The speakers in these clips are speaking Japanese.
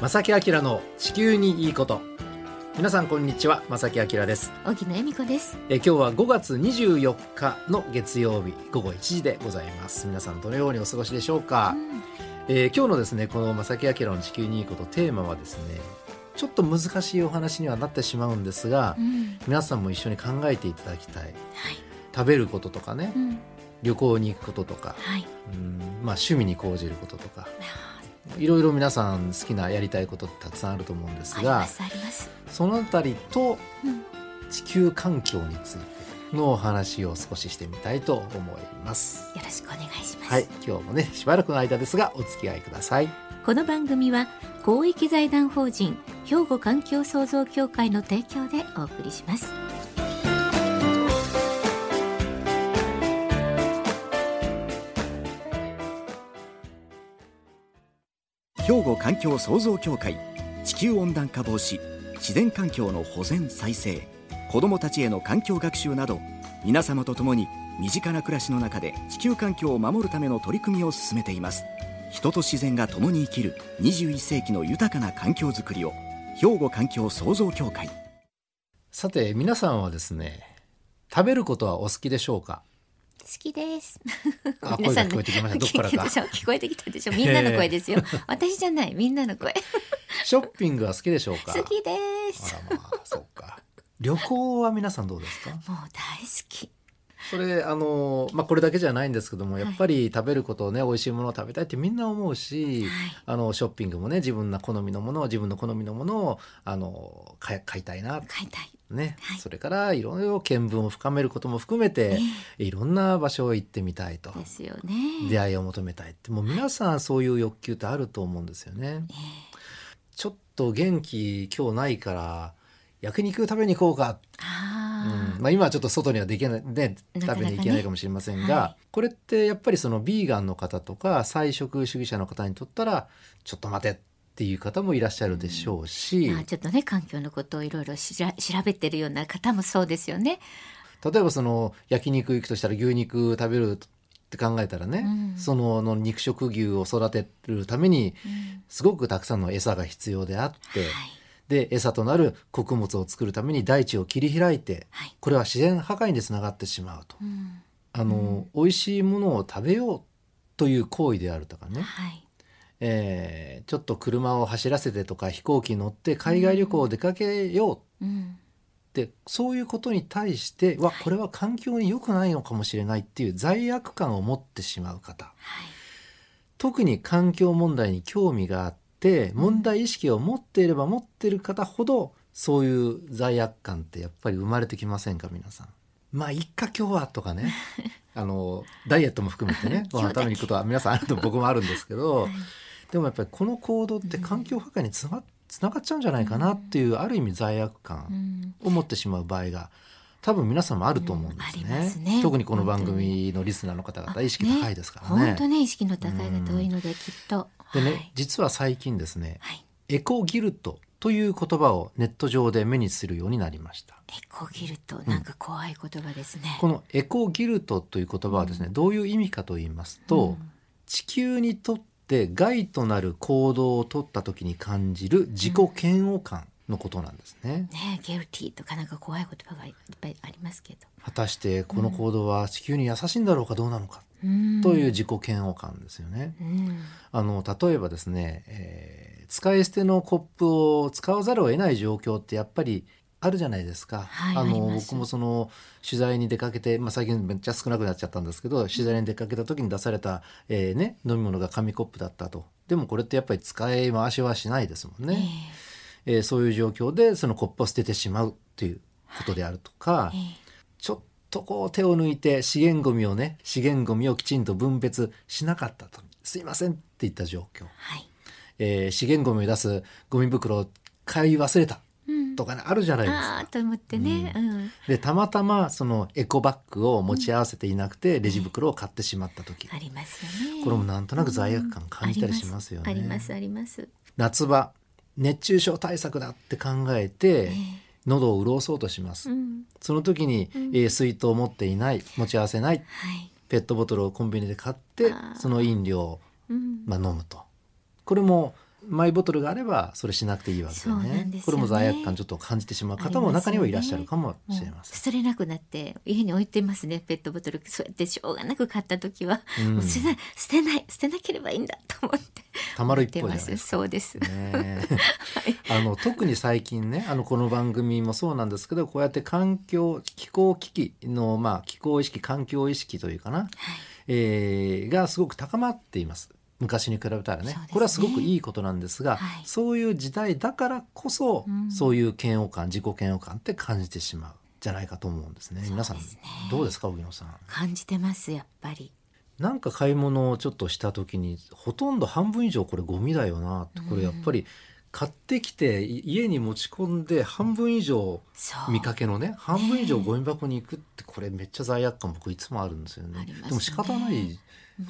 正木明の地球にいいこと皆さんこんにちは正木明です荻野恵美子ですえ今日は5月24日の月曜日午後1時でございます皆さんどのようにお過ごしでしょうか、うんえー今日のですねこの正木明の地球にいいことテーマはですねちょっと難しいお話にはなってしまうんですが、うん皆さんも一緒に考えていただきたいはい食べることとかねうん旅行に行くこととかはいうんまあ趣味に講じることとかあいろいろ皆さん好きなやりたいことってたくさんあると思うんですーありがますありますそのあたりとうん地球環境についてのお話を少ししてみたいと思います。よろしくお願いします、はい、今日もねしばらくの間ですがお付き合いください。この番組は公益財団法人兵庫環境創造協会の提供でお送りします兵庫環境創造協会地球温暖化防止自然環境の保全再生子どもたちへの環境学習など皆様と共に身近な暮らしの中で地球環境を守るための取り組みを進めています人と自然が共に生きる21世紀の豊かな環境づくりを兵庫環境創造協会さて皆さんはですね食べることはお好きでしょうか。好きですあ 声皆さがん聞こねえてきました。どこからか。聞こえてきたでしょみんなの声ですよ私じゃないみんなの声ショッピングは好きでしょうか。好きですあらまあそうか。旅行は皆さんどうですか。もう大好きそれあのまあこれだけじゃないんですけどもやっぱり食べることをね美味しいものを食べたいってみんな思うし、はいあのショッピングもね自分の好みのものを自分の好みのものをあの買い買いたいな買いたいね、はいそれからいろいろ見聞を深めることも含めて、いろんな場所を行ってみたいとですよね出会いを求めたいってもう皆さんそういう欲求ってあると思うんですよね。ちょっと元気今日ないから焼肉食べに行こうかあうんまあ、今はちょっと外にはできない、ね、なかなか食ねべに行けないかもしれませんがはこれってやっぱりそのビーガンの方とか菜食主義者の方にとったらちょっと待てっていう方もいらっしゃるでしょうし、あ、まあ、ちょっとね環境のことをいろいろしら調べてるような方もそうですよね例えばその焼肉行くとしたら牛肉食べるって考えたらね、うんそのあの肉食牛を育てるためにすごくたくさんの餌が必要であって、はいで餌となる穀物を作るために大地を切り開いてはいこれは自然破壊につながってしまうと。うんあの、美味しいものを食べようという行為であるとかね、はいえーちょっと車を走らせてとか飛行機に乗って海外旅行を出かけよううんって、そういうことに対してわこれは環境に良くないのかもしれないっていう罪悪感を持ってしまう方はい特に環境問題に興味があって問題意識を持っていれば持っている方ほどそういう罪悪感ってやっぱり生まれてきませんか皆さん。まあ、いっか今日はとか ねあのダイエットも含めてねご今日飯だけ食べに行くことは皆さんあると僕もあるんですけど、でもやっぱりこの行動って環境破壊につながつながっちゃうんじゃないかなっていうある意味罪悪う感んを持ってしまう場合が多分皆さんもあると思うんですね,、うんありますね特にこの番組のリスナーの方々意識高いですから本当ね意識の高い方多いのできっと。でね、はい実は最近ですね、はい。エコギルトという言葉をネット上で目にするようになりました。エコギルトなんか怖い言葉ですね。このエコギルトという言葉はですね、どういう意味かと言いますと、うん地球にとって害となる行動を取った時に感じる自己嫌悪感のことなんですね。ねゲルティとかなんか怖い言葉がいっぱいありますけど。果たしてこの行動は地球に優しいんだろうかどうなのかうんという自己嫌悪感ですよね。うんあの例えばですね、えー使い捨てのコップを使わざるを得ない状況ってやっぱりあるじゃないですか。はいあありのます僕もその取材に出かけて、まあ、最近めっちゃ少なくなっちゃったんですけど取材に出かけた時に出された、えーね、飲み物が紙コップだったと。でもこれってやっぱり使い回しはしないですもんね、えーそういう状況でそのコップを捨ててしまうということであるとか、えええちょっとこう手を抜いて資源ゴミをね資源ゴミをきちんと分別しなかったとすいませんっていった状況、はい。えー資源ゴミを出すゴミ袋を買い忘れたうんとかね、あるじゃないですか。ああと思ってね。うんでたまたまそのエコバッグを持ち合わせていなくてレジ袋を買ってしまった時、ありますよね。これもなんとなく罪悪感感じたりしますよねありますあります。夏場熱中症対策だって考えてえ喉を潤そうとしまえす、うんその時に、えー水筒を持っていない持ち合わせないはい。ペットボトルをコンビニで買ってあーその飲料を、うんまあ、飲むとこれもマイボトルがあればそれしなくていいわけでそうなねんですよねこれも罪悪感ちょっと感じてしまう方も中にはいらっしゃるかもしれません。捨てれなくなって家に置いてますねペットボトルそうやってしょうがなく買った時は、うんもう捨てない捨てない捨てなければいいんだと思ってたまる一て方じゃなまいすですか。そうです、ね えあの特に最近ねあのこの番組もそうなんですけどこうやって環境気候危機の、まあ、気候意識環境意識というかな、えーがすごく高まっています昔に比べたらねそうですねこれはすごくいいことなんですが、はいそういう時代だからこそ、うんそういう嫌悪感自己嫌悪感って感じてしまうじゃないかと思うんですね皆さんそうですねどうですか荻野さん。感じてますやっぱりなんか買い物をちょっとした時にほとんど半分以上これゴミだよなってこれやっぱり買ってきてい家に持ち込んで半分以上そう見かけのね半分以上ゴミ箱に行くってこれめっちゃ罪悪感僕いつもあるんですよあねりますねでも仕方ない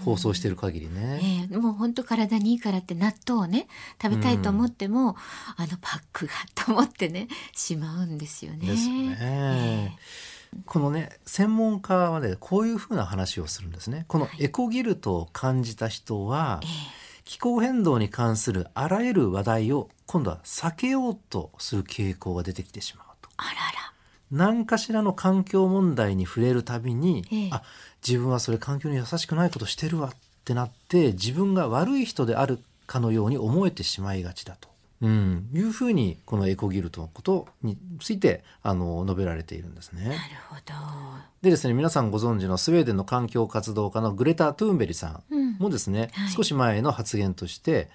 放送してる限りね、ええもう本当体にいいからって納豆をね食べたいと思っても、あのパックがと思ってねしまうんですよね。ですよね、このね専門家はねこういうふうな話をするんですねこのエコギルトを感じた人は、ええ気候変動に関するあらゆる話題を今度は避けようとする傾向が出てきてしまうと。あらら何かしらの環境問題に触れるたびに、ええあ自分はそれ環境に優しくないことしてるわってなって自分が悪い人であるかのように思えてしまいがちだと、うん、いうふうにこのエコギルトのことについてあの述べられているんですね。なるほど。でですね皆さんご存知のスウェーデンの環境活動家のグレタ・トゥーンベリさんうんもですね、はい少し前の発言として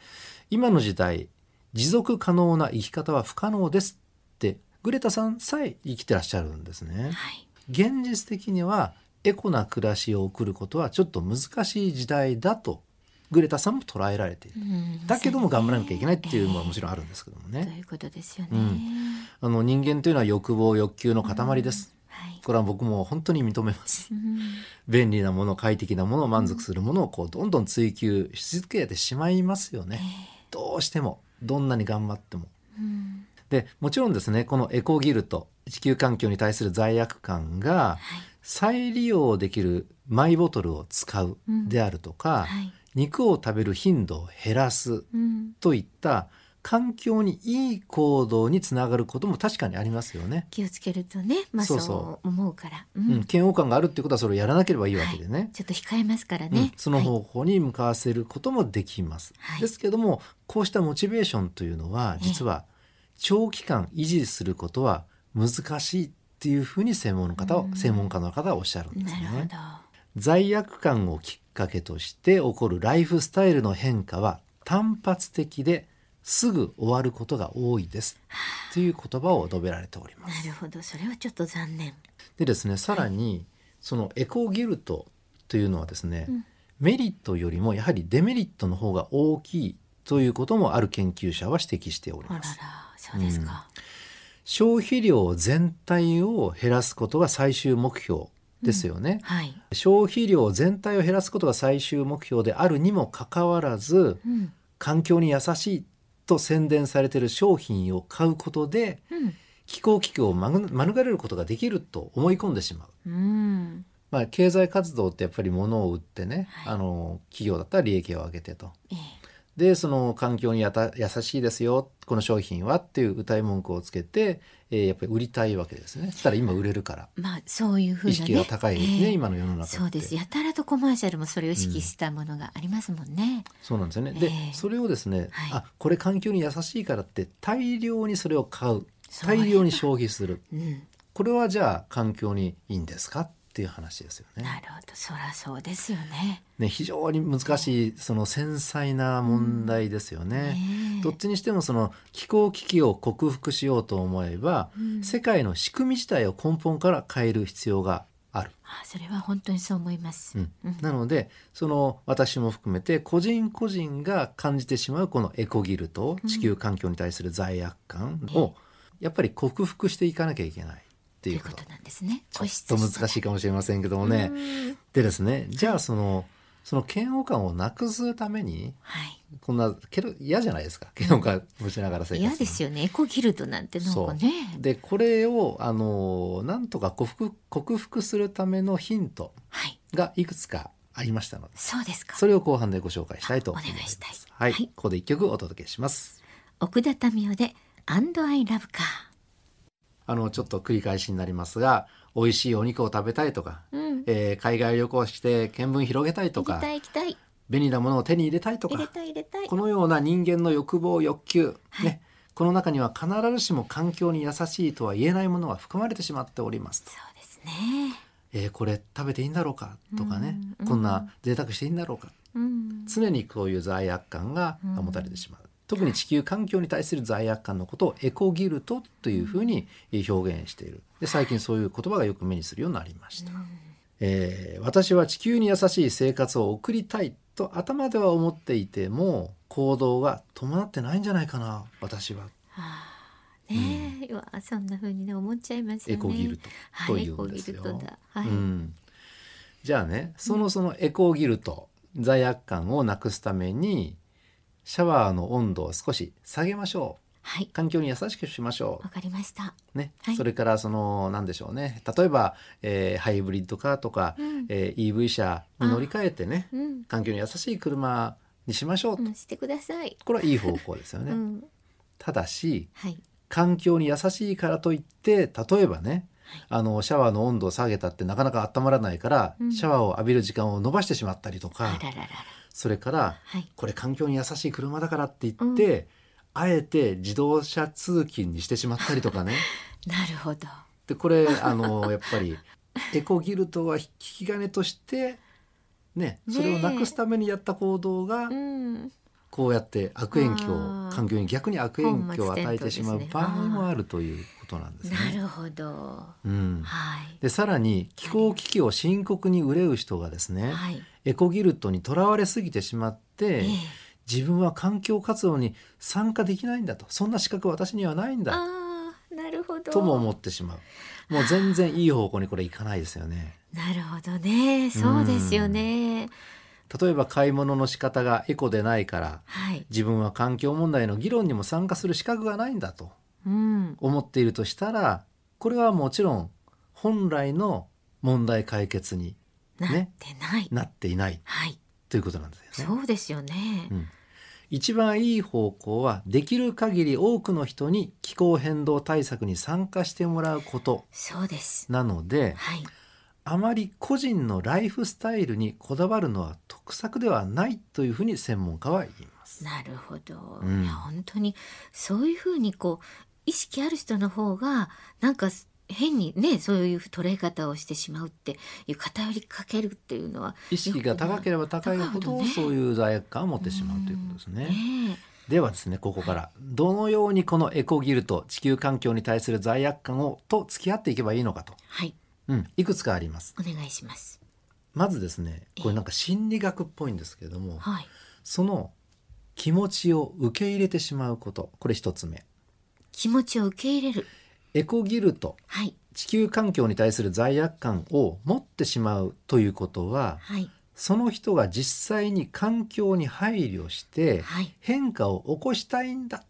今の時代持続可能な生き方は不可能ですってグレタさんさえ生きてらっしゃるんですね。はい。現実的にはエコな暮らしを送ることはちょっと難しい時代だとグレタさんも捉えられている。うんだけども頑張らなきゃいけないっていうのはもちろんあるんですけどもとね。いうことですよね。うんあの人間というのは欲望欲求の塊です。はい。これは僕も本当に認めます。 うん便利なもの快適なもの満足するものをこうどんどん追求し続けてしまいますよね、どうしてもどんなに頑張っても。うんでもちろんですねこのエコギルト地球環境に対する罪悪感がはい再利用できるマイボトルを使ううんであるとか、はい。肉を食べる頻度を減らすうん。といった環境にいい行動につながることも確かにありますよね。気をつけるとね、まあそそううそう思うから、ううん、嫌悪感があるってことはそれをやらなければいいわけでね、ちょっと控えますからうんね。そのはい方向に向かわせることもできます、はいですけどもこうしたモチベーションというのはええ実は長期間維持することは難しいっていうふうに専門の方をうん専門家の方はおっしゃるんですなるほねど。罪悪感をきっかけとして起こるライフスタイルの変化は単発的ですぐ終わることが多いですという言葉を述べられておりますなるほど、それはちょっと残念。でですねさらに、そのエコギルトというのはですね、んメリットよりもやはりデメリットの方が大きいということもある研究者は指摘しておりあらまらす、そうですか。消費量全体を減らすことが最終目標ですよね、はい。消費量全体を減らすことが最終目標であるにもかかわらずうん。環境に優しいと宣伝されている商品を買うことでうん。気候危機を免免れることができると思い込んでしまううん。まあ、経済活動ってやっぱり物を売ってね、はいあの企業だったら利益を上げてとええでその環境にやた優しいですよこの商品はっていう歌い文句をつけて、えーやっぱり売りたいわけですねそしたら今売れるからまあそういうふうな意ね。識が高いね、ええ今の世の中ってそうです。やたらとコマーシャルもそれを意識したものがありますもんね。そうなんですよねで、ええそれをですね、はいあこれ環境に優しいからって大量にそれを買うそれは大量に消費するうん。これはじゃあ環境にいいんですかっていう話ですよね。なるほど、そらそうですよね。ね、非常に難しいその繊細な問題ですよね。ええどっちにしてもその気候危機を克服しようと思えば、うん世界の仕組み自体を根本から変える必要がある。あ、それは本当にそう思います。うんなのでその私も含めて個人個人が感じてしまうこのエコギルト地球環境に対する罪悪感をやっぱり克服していかなきゃいけないってといいううこことと。なんですね。ちょっと難しいかもしれませんけどもいね。でですねじゃあそのその嫌悪感をなくすためにはい。こんなけど嫌じゃないですか嫌悪感持ちながら生活嫌ですよねエコギルドなんてなんかねでこれをあのなんとか克服克服するためのヒントはいがいくつかありましたのでそうですかそれを後半でご紹介したいと思いお願まいすしたいはい、はいここで一曲お届けします奥田民生で「アンドアイラブカーあのちょっと繰り返しになりますが美味しいお肉を食べたいとか、うんえー海外旅行して見聞広げたい」と行きかたい行きたい便利なものを手に入れたいと入れかたい入れたいこのような人間の欲望欲求、ねこの中には必ずしも環境に優しいとは言えないものは含まれてしまっておりますとそうですねえーこれ食べていいんだろうかとかね、うんこんな贅沢していいんだろうかうん常にこういう罪悪感が持たれてしまう、特に地球環境に対する罪悪感のことをエコギルトというふうに表現しているで最近そういう言葉がよく目にするようになりました、えー私は地球に優しい生活を送りたいと頭では思っていても行動が伴ってないんじゃないかな私はねえ、うわそんな風にね思っちゃいますよエねコギルトとはいいエうコんでギすルよ。トだはい、うん、じゃあねそのそのエコギルト、罪悪感をなくすためにシャワーの温度を少し下げましょはいう環境に優しくしましょわかりましたう、ねはいそれからその何でしょうね例えば、えーハイブリッドカーとか、うんえー EV 車に乗り換えてねうん、環境に優しい車にしましょうと、うん、してください、これはいい方向ですよね。うんただしはい環境に優しいからといって例えばね、あのシャワーの温度を下げたってなかなか温まらないから、うんシャワーを浴びる時間を延ばしてしまったりとかあららららそれからはいこれ環境に優しい車だからって言って、あえて自動車通勤にしてしまったりとかね なるほどでこれあのやっぱりエコギルトは引き金として、ね、ねえそれをなくすためにやった行動がうんこうやって悪影響あー環境に逆に悪影響を与えてしまう本末転倒ですね場合もあるということなんですね。なるほどうん、はいでさらに気候危機を深刻に憂う人がですね、はいエコギルトにとらわれすぎてしまって、ええ自分は環境活動に参加できないんだとそんな資格私にはないんだああなるほどとも思ってしまうもう全然いい方向にこれいかないですよねなるほどねそうですよね例えば買い物の仕方がエコでないからはい自分は環境問題の議論にも参加する資格がないんだとうん思っているとしたらこれはもちろん本来の問題解決になってない、なっていないはいということなんですよね。そうですよね、うん一番いい方向はできる限り多くの人に気候変動対策に参加してもらうことそうですなのではいあまり個人のライフスタイルにこだわるのは得策ではないというふうに専門家は言います。なるほど、うんいや本当にそういうふうにこう意識ある人の方がなんか変にねそういう捉え方をしてしまうっていう偏りかけるっていうのは意識が高ければ高いほ高いほどどねそういう罪悪感を持ってしまうということですね。ねではですねここからどのようにこのエコギルト地球環境に対する罪悪感をと付き合っていけばいいのかと、はいうん、いくつかあります。お願いしますまずですねこれなんか心理学っぽいんですけれどもはいその気持ちを受け入れてしまうことこれ一つ目気持ちを受け入れるエコギルトはい地球環境に対する罪悪感を持ってしまうということははいその人が実際に環境に配慮してはい変化を起こしたいんだ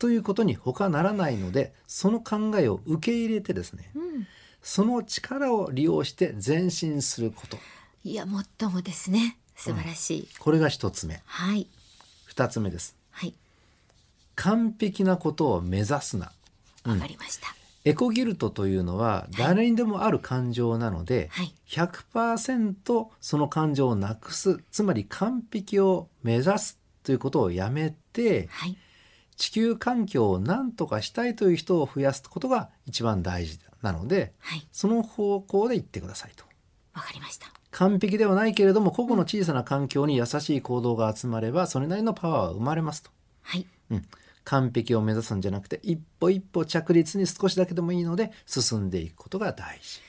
ということに他ならないのでその考えを受け入れてですねうんその力を利用して前進することいやもっともですね素晴らしい、これが一つ目はい二つ目ですはい完璧なことを目指すな、うわんか、りました、エコギルトというのは誰にでもある感情なので、はい100%その感情をなくすつまり完璧を目指すということをやめてはい地球環境を何とかしたいという人を増やすことが一番大事なのではいその方向で行ってくださいと。わかりました完璧ではないけれども個々の小さな環境に優しい行動が集まればそれなりのパワーは生まれますと。はいうん、完璧を目指すんじゃなくて一歩一歩着実に少しだけでもいいので進んでいくことが大事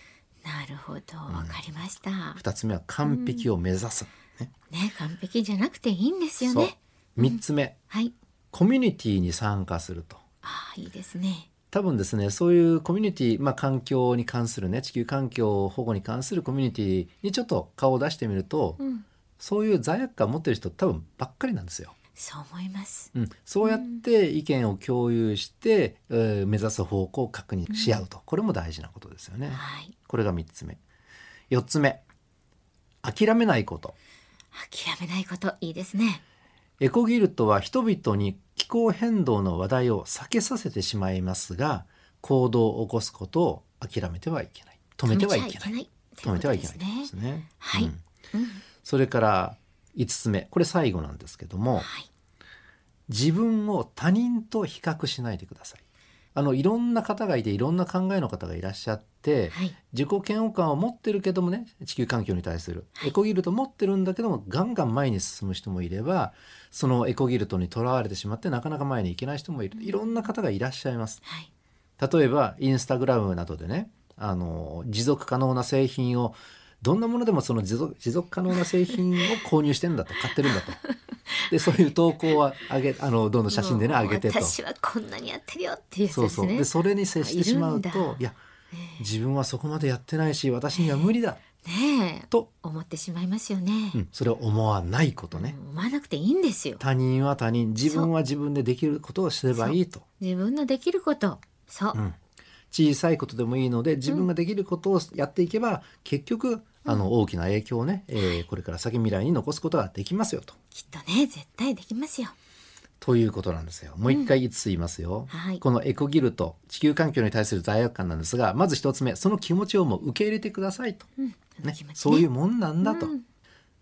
なるほどわかりました、 2つ目は完璧を目指す、ねね完璧じゃなくていいんですよそうね3つ目、はいコミュニティに参加するとああいいですね多分ですねそういうコミュニティ、まあ、環境に関するね地球環境保護に関するコミュニティにちょっと顔を出してみると、うんそういう罪悪感を持ってる人多分ばっかりなんですよ。そう思いますうん、そうやって意見を共有して、えー目指す方向を確認し合うと、これも大事なことですよね。はいこれが3つ目4つ目諦めないこと諦めないこといいですねエコギルトは人々に気候変動の話題を避けさせてしまいますが行動を起こすことを諦めてはいけない止めてはいけない止止めめててははいいけけなないいということですね。はいうんうんそれから5つ目これ最後なんですけどもはい自分を他人と比較しないでください。あのいろんな方がいていろんな考えの方がいらっしゃって、はい自己嫌悪感を持ってるけどもね地球環境に対するエコギルト持ってるんだけどもガンガン前に進む人もいればそのエコギルトにとらわれてしまってなかなか前に行けない人もいるいろんな方がいらっしゃいます。はい例えばインスタグラムなどでねあの持続可能な製品をどんなものでもその持続持続可能な製品を購入してんだと買ってるんだと。でそういう投稿は上げあのどんどん写真でねもう上げてと。私はこんなにやってるよっていうやつそうでそすうねでそれに接してしまうあいるんとだいや自分はそこまでやってないし私には無理だねえと、思ってしまいますよね、うんそれを思わないことね。思わなくていいんですよ他人は他人自分は自分でできることをすればいいと。自分のできることそう、うん小さいことでもいいので自分ができることをやっていけば、結局あの大きな影響をね、えーこれから先未来に残すことができますよと。きっとね絶対できますよということなんですよ。もう一回5つ言いますよ、はいこのエコギルト地球環境に対する罪悪感なんですがまず一つ目その気持ちをもう受け入れてくださいと、ね気持ちねそういうもんなんだと。うん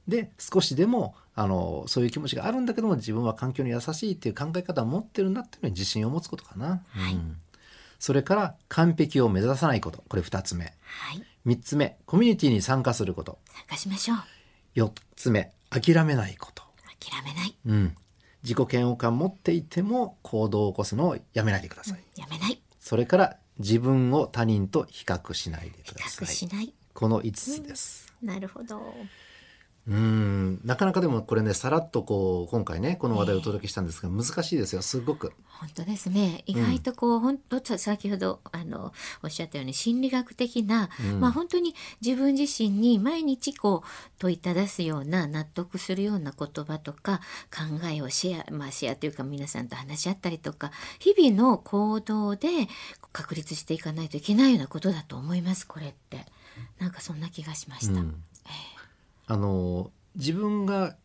で少しでもあのそういう気持ちがあるんだけども自分は環境に優しいっていう考え方を持ってるんだっていうのに自信を持つことかな。はいうんそれから完璧を目指さないことこれ2つ目はい3つ目コミュニティに参加すること参加しましょう4つ目諦めないこと、諦めないうん、自己嫌悪感持っていても行動を起こすのをやめないでください、やめないそれから自分を他人と比較しないでくださ隠いしないこの5つです、なるほどうーんなかなかでもこれねさらっとこう今回ねこの話題をお届けしたんですが、難しいですよすごく。本当ですね意外とこう、本当さ先ほどあのおっしゃったように心理学的な、まあ本当に自分自身に毎日こう問いただすような納得するような言葉とか考えをシェアまあシェアというか皆さんと話し合ったりとか日々の行動で確立していかないといけないようなことだと思いますこれってなんかそんな気がしました。うんあの自分が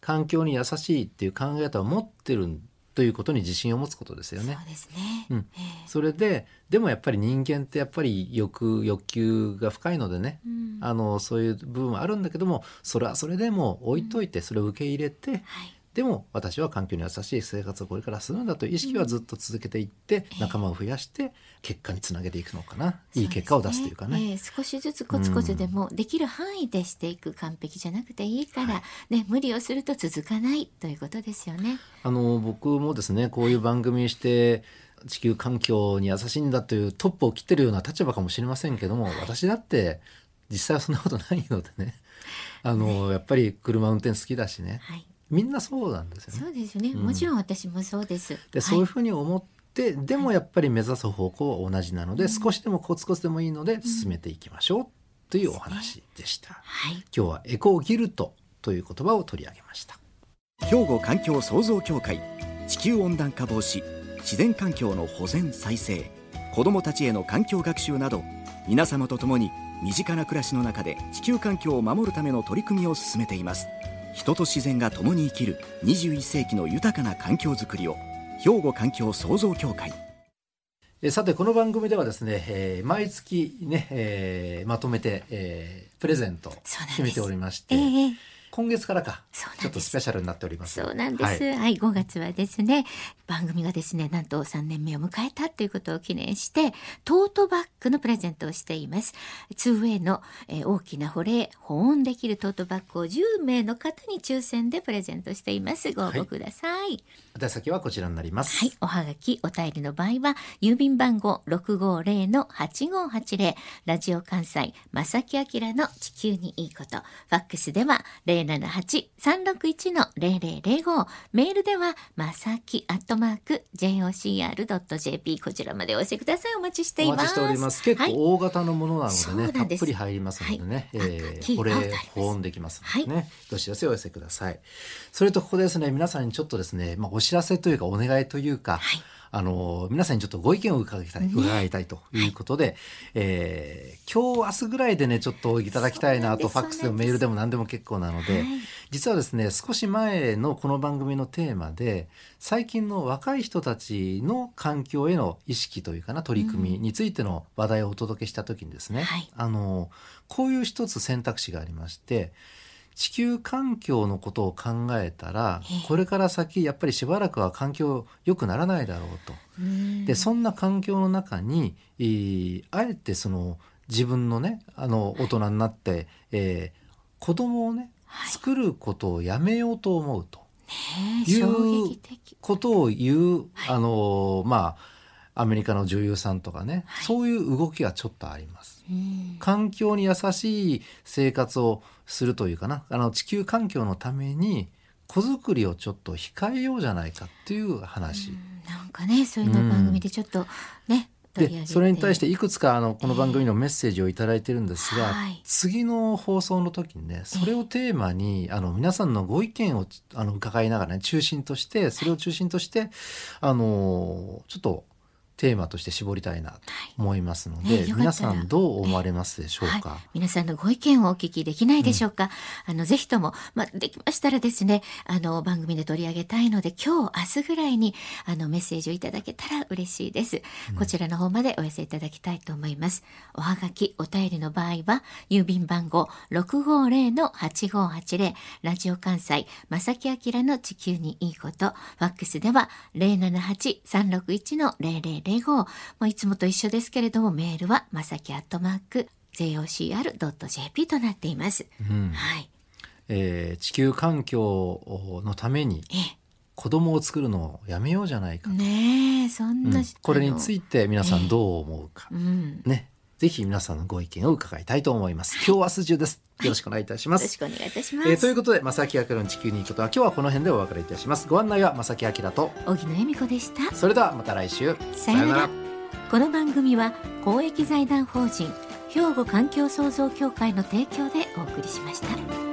環境に優しいっていう考え方を持ってるということに自信を持つことですよねそう。ですね、うんええそれででもやっぱり人間ってやっぱり欲欲求が深いのでね、うんあのそういう部分はあるんだけどもそれはそれでもう置いといてそれを受け入れて、はいでも私は環境に優しい生活をこれからするんだという意識はずっと続けていって、仲間を増やして結果につなげていくのかな、いい結果を出すというかね。そですねええ少しずつコツコツでもできる範囲でしていく完璧じゃなくていいから、ね、無理をすると続かないということですよね。あの僕もですねこういう番組にして地球環境に優しいんだというトップを切ってるような立場かもしれませんけども私だって実際はそんなことないのでねあのやっぱり車運転好きだしねはい、みんなそうなんですよね。そうですね、もちろん私もそうです。でそういうはいふうに思ってでもやっぱり目指す方向は同じなので少しでもコツコツでもいいので進めていきましょうというお話でした。はい今日はエコギルトという言葉を取り上げました。兵庫環境創造協会地球温暖化防止自然環境の保全再生子どもたちへの環境学習など皆様と共に身近な暮らしの中で地球環境を守るための取り組みを進めています人と自然が共に生きる21世紀の豊かな環境づくりを兵庫環境創造協会えさてこの番組ではですね、えー毎月ね、えーまとめて、えープレゼントをそうなんです決めておりまして、ええええ今月からかそうなんですちょっとスペシャルになっておりますそうなんです。ははいい、5月はですね、番組がですね、なんと3年目を迎えたということを記念して、トートバッグのプレゼントをしています。2way の、えー大きな保冷、保温できるトートバッグを10名の方に抽選でプレゼントしています。ご応はい募ください宛先はこちらになります、はい、おはがき、お便りの場合は、郵便番号650-8580、ラジオ関西、正木明の地球にいいこと、ファックスでは、078-361-0005、メールでは、まさきアットマーク、jocr.jp、こちらまでお寄せください。お待ちしておいます。待ちしております結はい構大型のものなのそでうね、なんたでっすぷり入りますのでね、はいえあー、キー保冷ああります保温できますのでね、どしどしお寄せくださいそれとここでですね皆さんにちょっとですね、まあ、お知らせというかお願いというか、はいあの皆さんにちょっとご意見を伺いたい,、伺いたいということで、えー今日明日ぐらいでねちょっといただきたいなとそフうァなックんですスでもメールでも何でも結構なので、はい実はですね少し前のこの番組のテーマで最近の若い人たちの環境への意識というかな取り組みについての話題をお届けした時にですね、はいあのこういう一つ選択肢がありまして地球環境のことを考えたらええこれから先やっぱりしばらくは環境良くならないだろうと。うんでそんな環境の中に、えーあえてその自分のねあの大人になって、えー子供をね、はい作ることをやめようと思うとねえいう衝撃的ことを言う、あのーまあアメリカの女優さんとかね、はいそういう動きがちょっとあります。うん環境に優しい生活をするというかなあの地球環境のために子作りをちょっと控えようじゃないかっていう話。なんかねそういうの番組でちょっとね、取り上げでてそれに対していくつかあのこの番組のメッセージを頂いただいてるんですが、はい次の放送の時にねそれをテーマにあの皆さんのご意見をちあの伺いながらね中心としてそれを中心としてあのちょっとテーマとして絞りたいなと思いますので、ねよかったら皆さんどう思われますでしょうか、はい、皆さんのご意見をお聞きできないでしょうか、あのぜひとも、まあ、できましたらですねあの番組で取り上げたいので今日明日ぐらいにあのメッセージをいただけたら嬉しいです、こちらの方までお寄せいただきたいと思いますおはがきお便りの場合は郵便番号650-8580ラジオ関西正木明の地球にいいことファックスでは078-361-0005もういつもと一緒ですけれどもメールはまさきアットマーク jocr.jp となっています。うんはい。えー地球環境のために子供を作るのをやめようじゃないかと、ねえ、そんうんな、これにつて。いて皆さんどう思うか。うん。ね、ぜひ皆さんのご意見を伺いたいと思います。今日明日中です。よろしくお願いいたしまよろす。しくお願いいたしまえーというす。ことで、正木明の地球にいいことは、今日はこの辺でお別れいたします。ご案内は正木明と、小木野恵美子でした。それではまた来週。さよなら。この番組は公益財団法人兵庫環境創造協会の提供でお送りしました。